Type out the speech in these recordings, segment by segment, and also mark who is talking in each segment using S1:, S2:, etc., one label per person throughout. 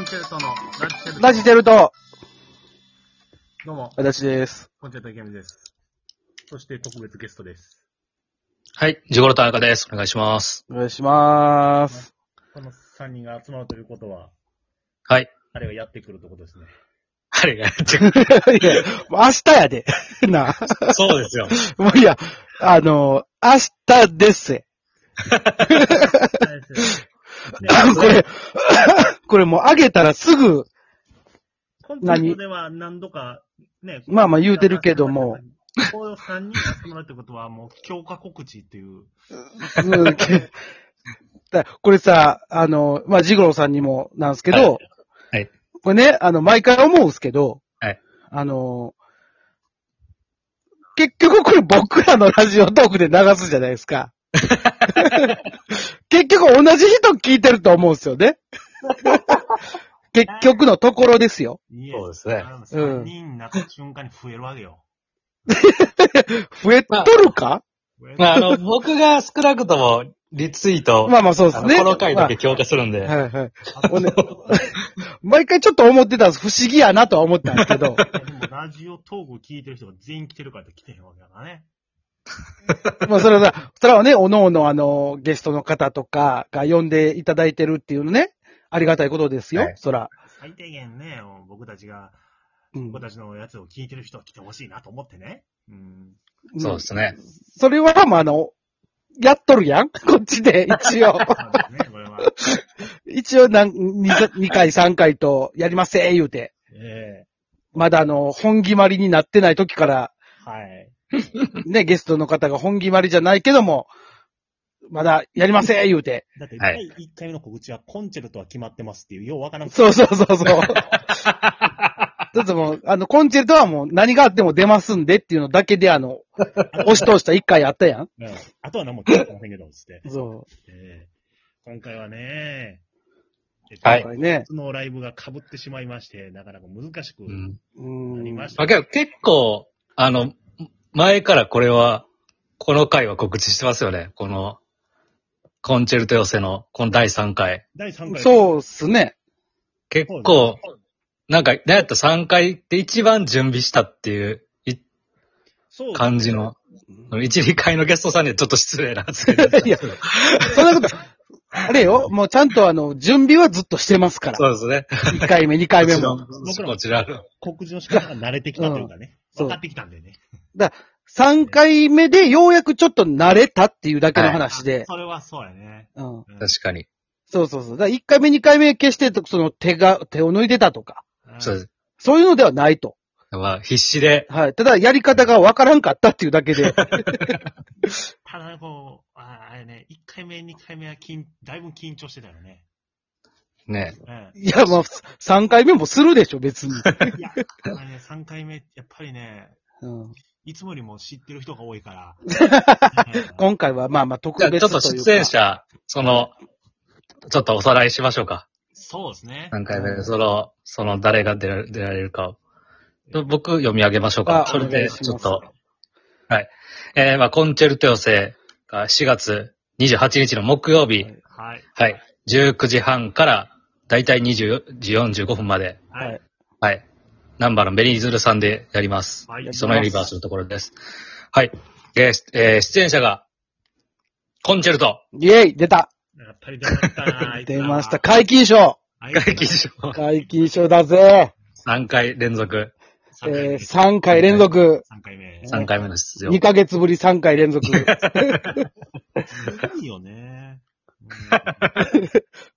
S1: ンチェルトのラジチェルト。
S2: ラジテルと、
S1: どうも、
S2: 私です。
S1: コンチェルトゲームです。そして特別ゲストです。
S3: はい、ジゴロ田中です。お願いします。
S2: お願いしまーす。
S1: この3人が集まるということは、
S3: はい。
S1: あれがやってくるってことですね。
S3: あれがやってく る
S2: いや、もう明日やで。 なあ、
S3: そうですよ。
S2: もういや、あの、明日 です。
S1: ね
S2: これ、 これもうあげたらすぐ、
S1: コンチェルトでは何度か、ね、
S2: まあまあ言うてるけども。
S1: こういう3人が集まるってことは、もう強化告知っていう。
S2: うんけだ これさ、あの、まあ、ジゴロさんにもなんですけど、
S3: はいはい
S2: これね、あの、毎回思うんですけど、
S3: はい
S2: あの、結局これ僕らのラジオトークで流すじゃないですか。 結局同じ人聞いてると思うんですよ ね。結局のところですよ。
S1: い
S3: そうですね
S2: うん
S1: 3人になった瞬間に増えるわけよ。
S2: 増えとるか、
S3: まあ、あ の、僕が少なくともリツイート、
S2: まあまあそうです
S3: あの
S2: ね。
S3: この回だけ強化するんで、
S2: まあはいはい。ほんで 毎回ちょっと思ってたんです。不思議やなとは思ったんですけど。
S1: いやでもラジオトークを聞いてる人が全員来てるからって来てへんわけだからね。
S2: まあ、それはさ、それはね、おのおの、あの、ゲストの方とかが呼んでいただいてるっていうのね、ありがたいことですよ、
S3: はい
S2: そら。
S1: 最低限ね、僕たちが、
S2: うん
S1: 僕たちのやつを聞いてる人は来てほしいなと思ってね。うん。
S3: そうですね。
S2: それは、まあ、あの、やっとるやん こっちで、一応。
S1: そうですね、これは。
S2: 一応なん2、二回、3回と、やりません、言うて。
S1: ええ
S2: まだあの、本決まりになってない時から、
S1: はい。
S2: ね、ゲストの方が本決まりじゃないけども、まだやりません、言うて。
S1: だって、
S3: は
S1: 第
S3: い
S1: 1回目の告知はコンチェルトは決まってますっていう、ようわからん
S2: そうそうそうそう。ちょっともう、あの、コンチェルトはもう何があっても出ますんでっていうのだけで、あ の、押し通した一回あったやん。
S1: うんあとは何も聞いてませんけど、つって。
S2: そ
S1: ええ今回はね、えっと
S2: う。
S3: はい
S2: 今回ね。
S1: のライブが被ってしまいまして、なかなか難しく
S3: う。
S1: なん
S2: うん
S1: り。ました。
S3: まあ、けど結構、あの、前からこれは、この回は告知してますよね。この、コンチェルト寄せの、この第3回。
S1: 第3回。
S2: そうっすね。
S3: 結
S1: そうです
S3: 構、なんか、なんやった3回って一番準備したっていうい
S1: そうです
S3: 感じの、1、2回のゲストさんにはちょっと失礼な発 言でした
S2: いや、そんなこと、あれよ、もうちゃんとあの、準備はずっとしてますから。
S3: そうですね。
S2: 1回目、2回目も。
S3: 僕らもちら。
S1: 告知の仕方が慣れてきたというかね。
S2: うんそう
S1: 分かってきたんでね。
S2: 3回目でようやくちょっと慣れたっていうだけの話で。
S1: それはそうやね。
S2: うん。
S1: うん
S3: 確かに。
S2: そうそうそう。だから1回目、2回目決して、その手が、手を抜いてたとか。
S3: そうです。
S2: そういうのではないと。
S3: まあ、必死で、
S2: はい。ただ、やり方がわからんかったっていうだけ で。
S1: ただ、こう、ああれね、1回目、2回目は緊、だいぶ緊張してたよね。
S3: ね。
S1: うん。
S2: いや、まあ、3回目もするでしょ、別
S1: い
S2: に。
S1: や、あれね、3回目、やっぱりね、
S2: うん、
S1: いつもよりも知ってる人が多い から。うん
S2: 今回は、まあまあ、特
S3: じゃあ、
S2: 別
S3: ちょっと
S2: というか
S3: 出演者、その、ちょっとおさらいしましょうか。
S1: そうですね。
S3: 何回目、その、その、誰が出られ出られるかを。僕、読み上げましょう
S2: あ
S3: か。それ
S2: お願い
S3: で、
S2: します
S3: ちょっと。はい。えー、まあ、コンチェルト寄せが4月28日の木曜日、
S1: はい。
S3: はい。19時半から、だいたい20時45分まで、
S2: は
S1: はいい。
S3: はい。ナンバーのベリーズルさんでやります。
S1: はい
S3: そのユニバースのところです。はい。で、えー出演者が、コンチェルト、
S2: イェイ出た
S1: やっぱり出ましたな、あいつ
S2: 出
S1: らは
S2: ました。。解禁賞
S1: あいつら
S3: 外記賞、
S2: 解禁賞だぜ、
S3: 3回連続、
S1: 三回
S2: えー、
S1: 目
S2: 3回連続。
S1: 三回目。
S3: 3回目の出場
S2: 2。ヶ月ぶり3回連続。
S1: す ごいよね。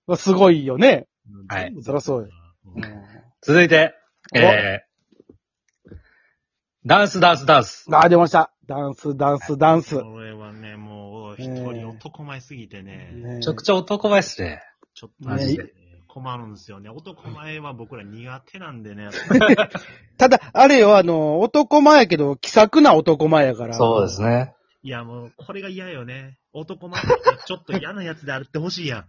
S2: まあすごいよね。
S1: うん
S3: はい
S1: 全部出てるな
S2: そらそうよ
S1: う
S2: うんん、
S3: 続いて、えーダンスダンスダンス。
S2: あー、出ました。ダンス、ダンス、ダンス。ね
S1: これはね、もう、一人男前すぎてね、
S3: めちゃくちゃ男前っすね。
S1: ちょっと
S3: マ
S1: ね
S3: ジで。
S1: 困るんですよね。男前は僕ら苦手なんで ね。
S2: ただ、あれよ、あの、男前やけど、気さくな男前やから。
S3: そうですね。
S1: いや、もう、これが嫌よね。男前はちょっと嫌なやつであってほしいや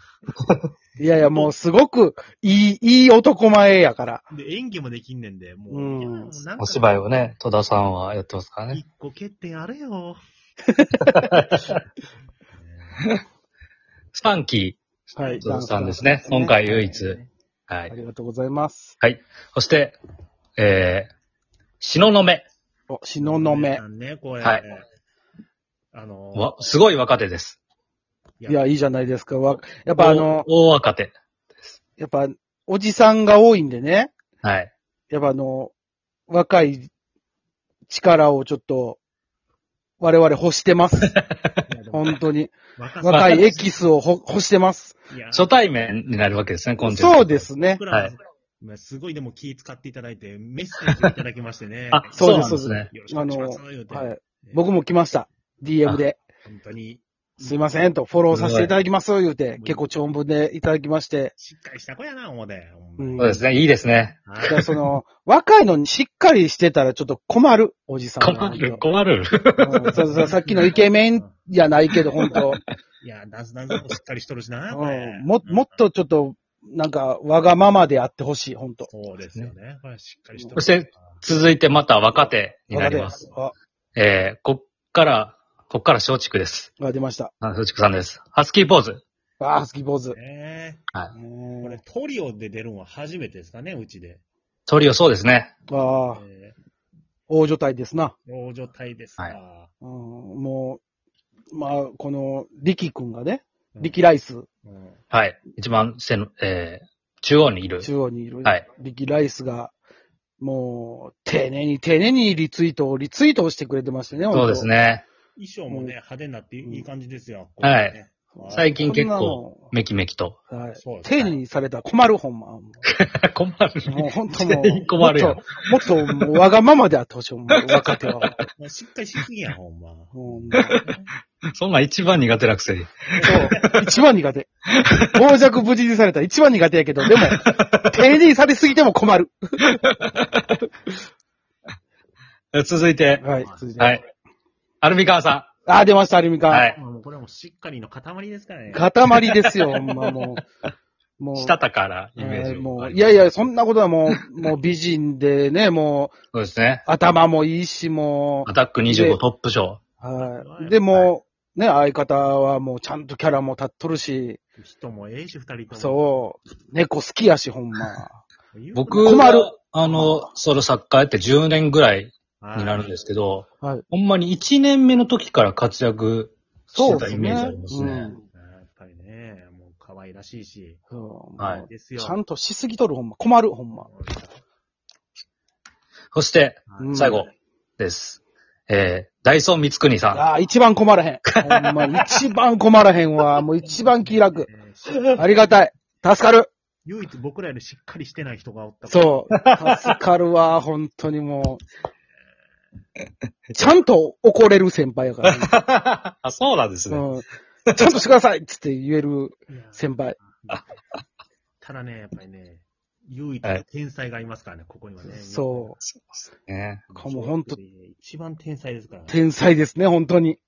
S2: いやいや、もうすごく、いい、いい男前やから。
S1: ん。で、演技もできんねんで、もう、
S2: うん
S1: いやもうなんか
S3: お芝居をね、戸田さんはやってますからね。
S1: 一個欠点あれよ。
S3: スパンキー。
S2: はい、
S3: ゾウさんです
S2: ダン
S3: ね
S2: ス。
S3: 今回唯一は
S2: あ
S3: い。
S2: りがとうございます。
S3: そして、えー、しののめ。
S2: お、しののめ。
S1: ね、これ。
S3: はい
S1: あの、
S3: わ、すごい若手です。
S2: いや、いいじゃないですか。わ、やっ
S3: 大
S2: ぱあの、
S3: 大若手。
S2: やっぱ、おじさんが多いんでね。
S3: はい。
S2: やっぱあの、若い力をちょっと、我々欲して ます。
S1: いやでも
S2: 本当に。
S1: 若さ
S2: 若いエキスをほ欲してます。
S1: いや
S3: 初対面になるわけですね、今
S2: そうですね
S1: 僕。らは
S3: はい。
S1: まあすごいでも気使っていただいて、メッセージをいただきましてね
S3: あ、
S2: そ
S3: そうう
S2: で
S3: ですすですね。
S1: よろしくお願いします。言うて
S2: はい。僕も来ました。DM で。
S1: 本当に、
S2: すいません、と、フォローさせていただきます、言うて、結構長文でいただきまして。
S1: しっかりした子やな、思うで。ほん
S2: う
S1: まに
S2: ん
S3: そうですね、いいですね。
S1: は
S2: だか
S1: い
S2: らその、若いのにしっかりしてたらちょっと困る、おじさんは
S3: 困る、困る。
S2: うんそうそうさっきのイケメンじゃないけど、本当
S1: いや、ダンスダンスもしっかりしとるしな、こ
S2: う
S1: れ
S2: んも、もっとちょっと、なんか、わがままであってほしい、本当
S1: そうですよね。これしっかりしと
S3: そ
S1: る。
S3: して、 続いてまた若手になります。
S2: あ、
S3: えー、こっから、こっから松竹です。
S2: あ出ました。
S3: あ松竹さんです。ハスキーポーズ。
S2: あー、好き坊主。
S1: ね
S2: うん
S1: これトリオで出るのは初めてですかね、うちで。
S3: トリオそうですね。
S2: ああ、
S1: え
S2: 大所帯ですな。
S1: ー、老女隊ですか。
S3: は
S2: うん、もう、まあ、この、力くんがね、
S1: うん
S2: 力ライス、
S1: うん
S3: はい。一番背の、えー、中央にいる。
S2: 中央にいる、
S3: はい
S2: 力ライスが、もう、丁寧に丁寧にリツイートを、リツイートをしてくれてましたね、
S3: そうです。ね。
S1: 衣装もね、派手になっていい感じですよ。
S3: うんはい
S1: これね。
S3: 最近結構、
S2: 構、
S3: メキメキと。
S2: はい
S1: そうですね
S2: 丁寧にされたら困る、ほんま。
S3: 困 る。
S2: もう本当も
S3: 全員
S2: う。
S3: 困るやん
S2: もっと、もっともうわがままであってほしい、もう若手は。
S1: まあしっかりしすぎやん、ほんま。
S2: もう
S3: そんなん一番苦手なくせに。
S2: そう、一番苦手。傍若無事にされたら一番苦手やけ ど、でも、丁寧にされすぎても困る。
S3: え続いて、
S2: はい、続いて。
S3: はい。アルミカーさ
S2: あー、出ました、アルミカ
S3: ん。
S2: ン。
S3: はい。
S1: もうこれはもうしっかりの塊ですからね。
S2: 塊ですよ、ほんまもう。もう。
S3: したたからイメー
S2: え
S3: ジ
S2: ー
S3: を
S2: もういやいや、そんなことはもう、もう美人でね、もう、
S3: そうですね。
S2: 頭もいいし、も
S3: アタック25
S2: で
S3: トップ賞。
S2: う、はい。で、もう、ね、相方はもうちゃんとキャラも立っとるし、
S1: 人もええし、二人とも。
S2: そう、猫好きやし、ほんま。
S1: う
S3: 僕
S2: 困る
S3: は、あの、ソロ作家やって10年ぐらいになるんですけど、
S2: はい。
S3: ほんまに1年目の時から活躍してたイメージありますね。
S2: う
S1: あ
S2: ん
S1: ーやっぱりね、もう可愛らしいし、
S2: そう
S3: はい
S2: も
S1: です
S2: う
S1: よ。
S2: ちゃんとしすぎとる、ほんま。困る、ほんま。
S3: そして、
S2: うん
S3: 最後です。えー、ダイソン三国さん。
S2: ああ、一番困らへん。ほんま、一番困らへんわ。もう一番気楽。
S1: えーし
S2: ありがたい。助かる。
S1: 唯一僕らよりしっかりしてない人がおったから
S2: そう。助かるわ、本当にもう。ちゃんと怒れる先輩やから、ね
S3: あ、そうなんですね。
S2: うん。ちゃんとしてくださいっつって言える
S1: いや
S2: 先輩。
S1: ただね、やっぱりね、唯一
S3: はい
S1: 天才がいますからね、ここにはね。
S2: そ
S3: ね
S2: う。かも、本当
S1: 一番天才ですからね。
S2: 天才ですね、本当に。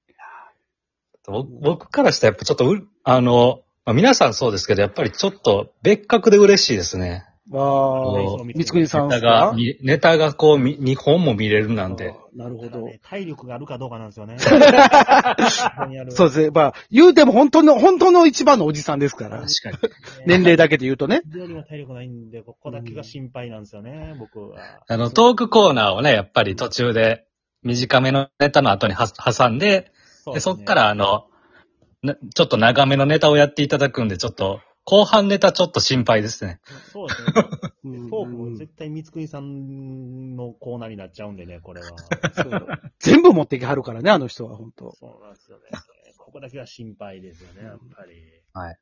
S3: 僕僕からしたらやっぱちょっとう、あの、まあ、皆さんそうですけど、やっぱりちょっと別格で嬉しいですね。
S2: わあ
S1: お、ー
S2: 三国さん
S3: ネ
S2: です
S3: タ
S2: か
S3: が、みネタがこう、み日本も見れるなんで。
S2: あーなるほ
S1: ただ
S2: ど。
S1: ね体力があるかどうかなんですよね。
S2: そうですね。まあ、言うても本当の、本当の一番のおじさんですから。
S3: かに。
S1: す
S2: 年。齢だけで言うとね。
S1: 非常には体力ないんで、ここだけが心配なんですよね、僕は。
S3: あの、トークコーナーをね、やっぱり途中で、短めのネタの後には挟んで、
S1: そ
S3: でそっか。らあの、なちょっと長めのネタをやっていただくんで、ちょっと、後半ネタちょっと心配ですね。
S1: そうですね。
S2: う
S1: で
S2: ん
S1: トークも絶対三國さんのコーナーになっちゃうんでね、これは。
S2: そう全部持ってきはるからね、あの人は、本当
S1: そうなんですよね。ここだけは心配ですよね、やっぱり。
S3: はい。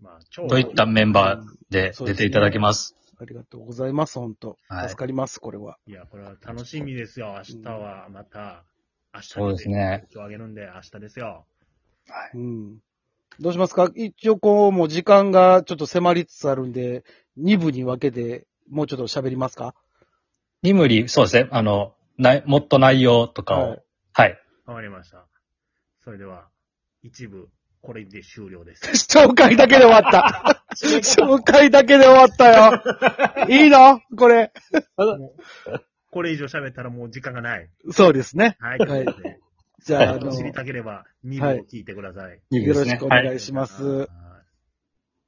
S1: まあ、超
S3: といったメンバーで出ていただきます。
S2: ありがとうございます、本当
S3: はい
S2: 助かります、これは。
S1: いや、これは楽しみですよ。明日はまた、明日
S3: そうですね。
S1: 今日あげるんで、明日ですよ。
S2: うん。どうしますか一応こう、もう時間がちょっと迫りつつあるんで、2部に分けて、もうちょっと喋ります か
S3: ニムリ、そうですね。あの、ない、もっと内容とか
S2: は
S3: を
S2: い。
S3: はい。
S1: わかりました。それでは、一部、これで終了 です。
S2: 紹介だけで終わ った。紹介だけで終わったよ。いいのこれ。
S1: これ以上喋ったらもう時間がない。
S2: そうですね。
S1: はい。
S2: はい
S1: ということで
S2: じゃあ、あ
S1: もっ
S2: の、
S1: と知り
S2: よ
S1: たければ、2部を聞いてください。
S3: ニムリ
S2: ろ
S3: です
S2: し
S3: ね
S2: くお
S3: はい
S2: 願いします。
S1: はい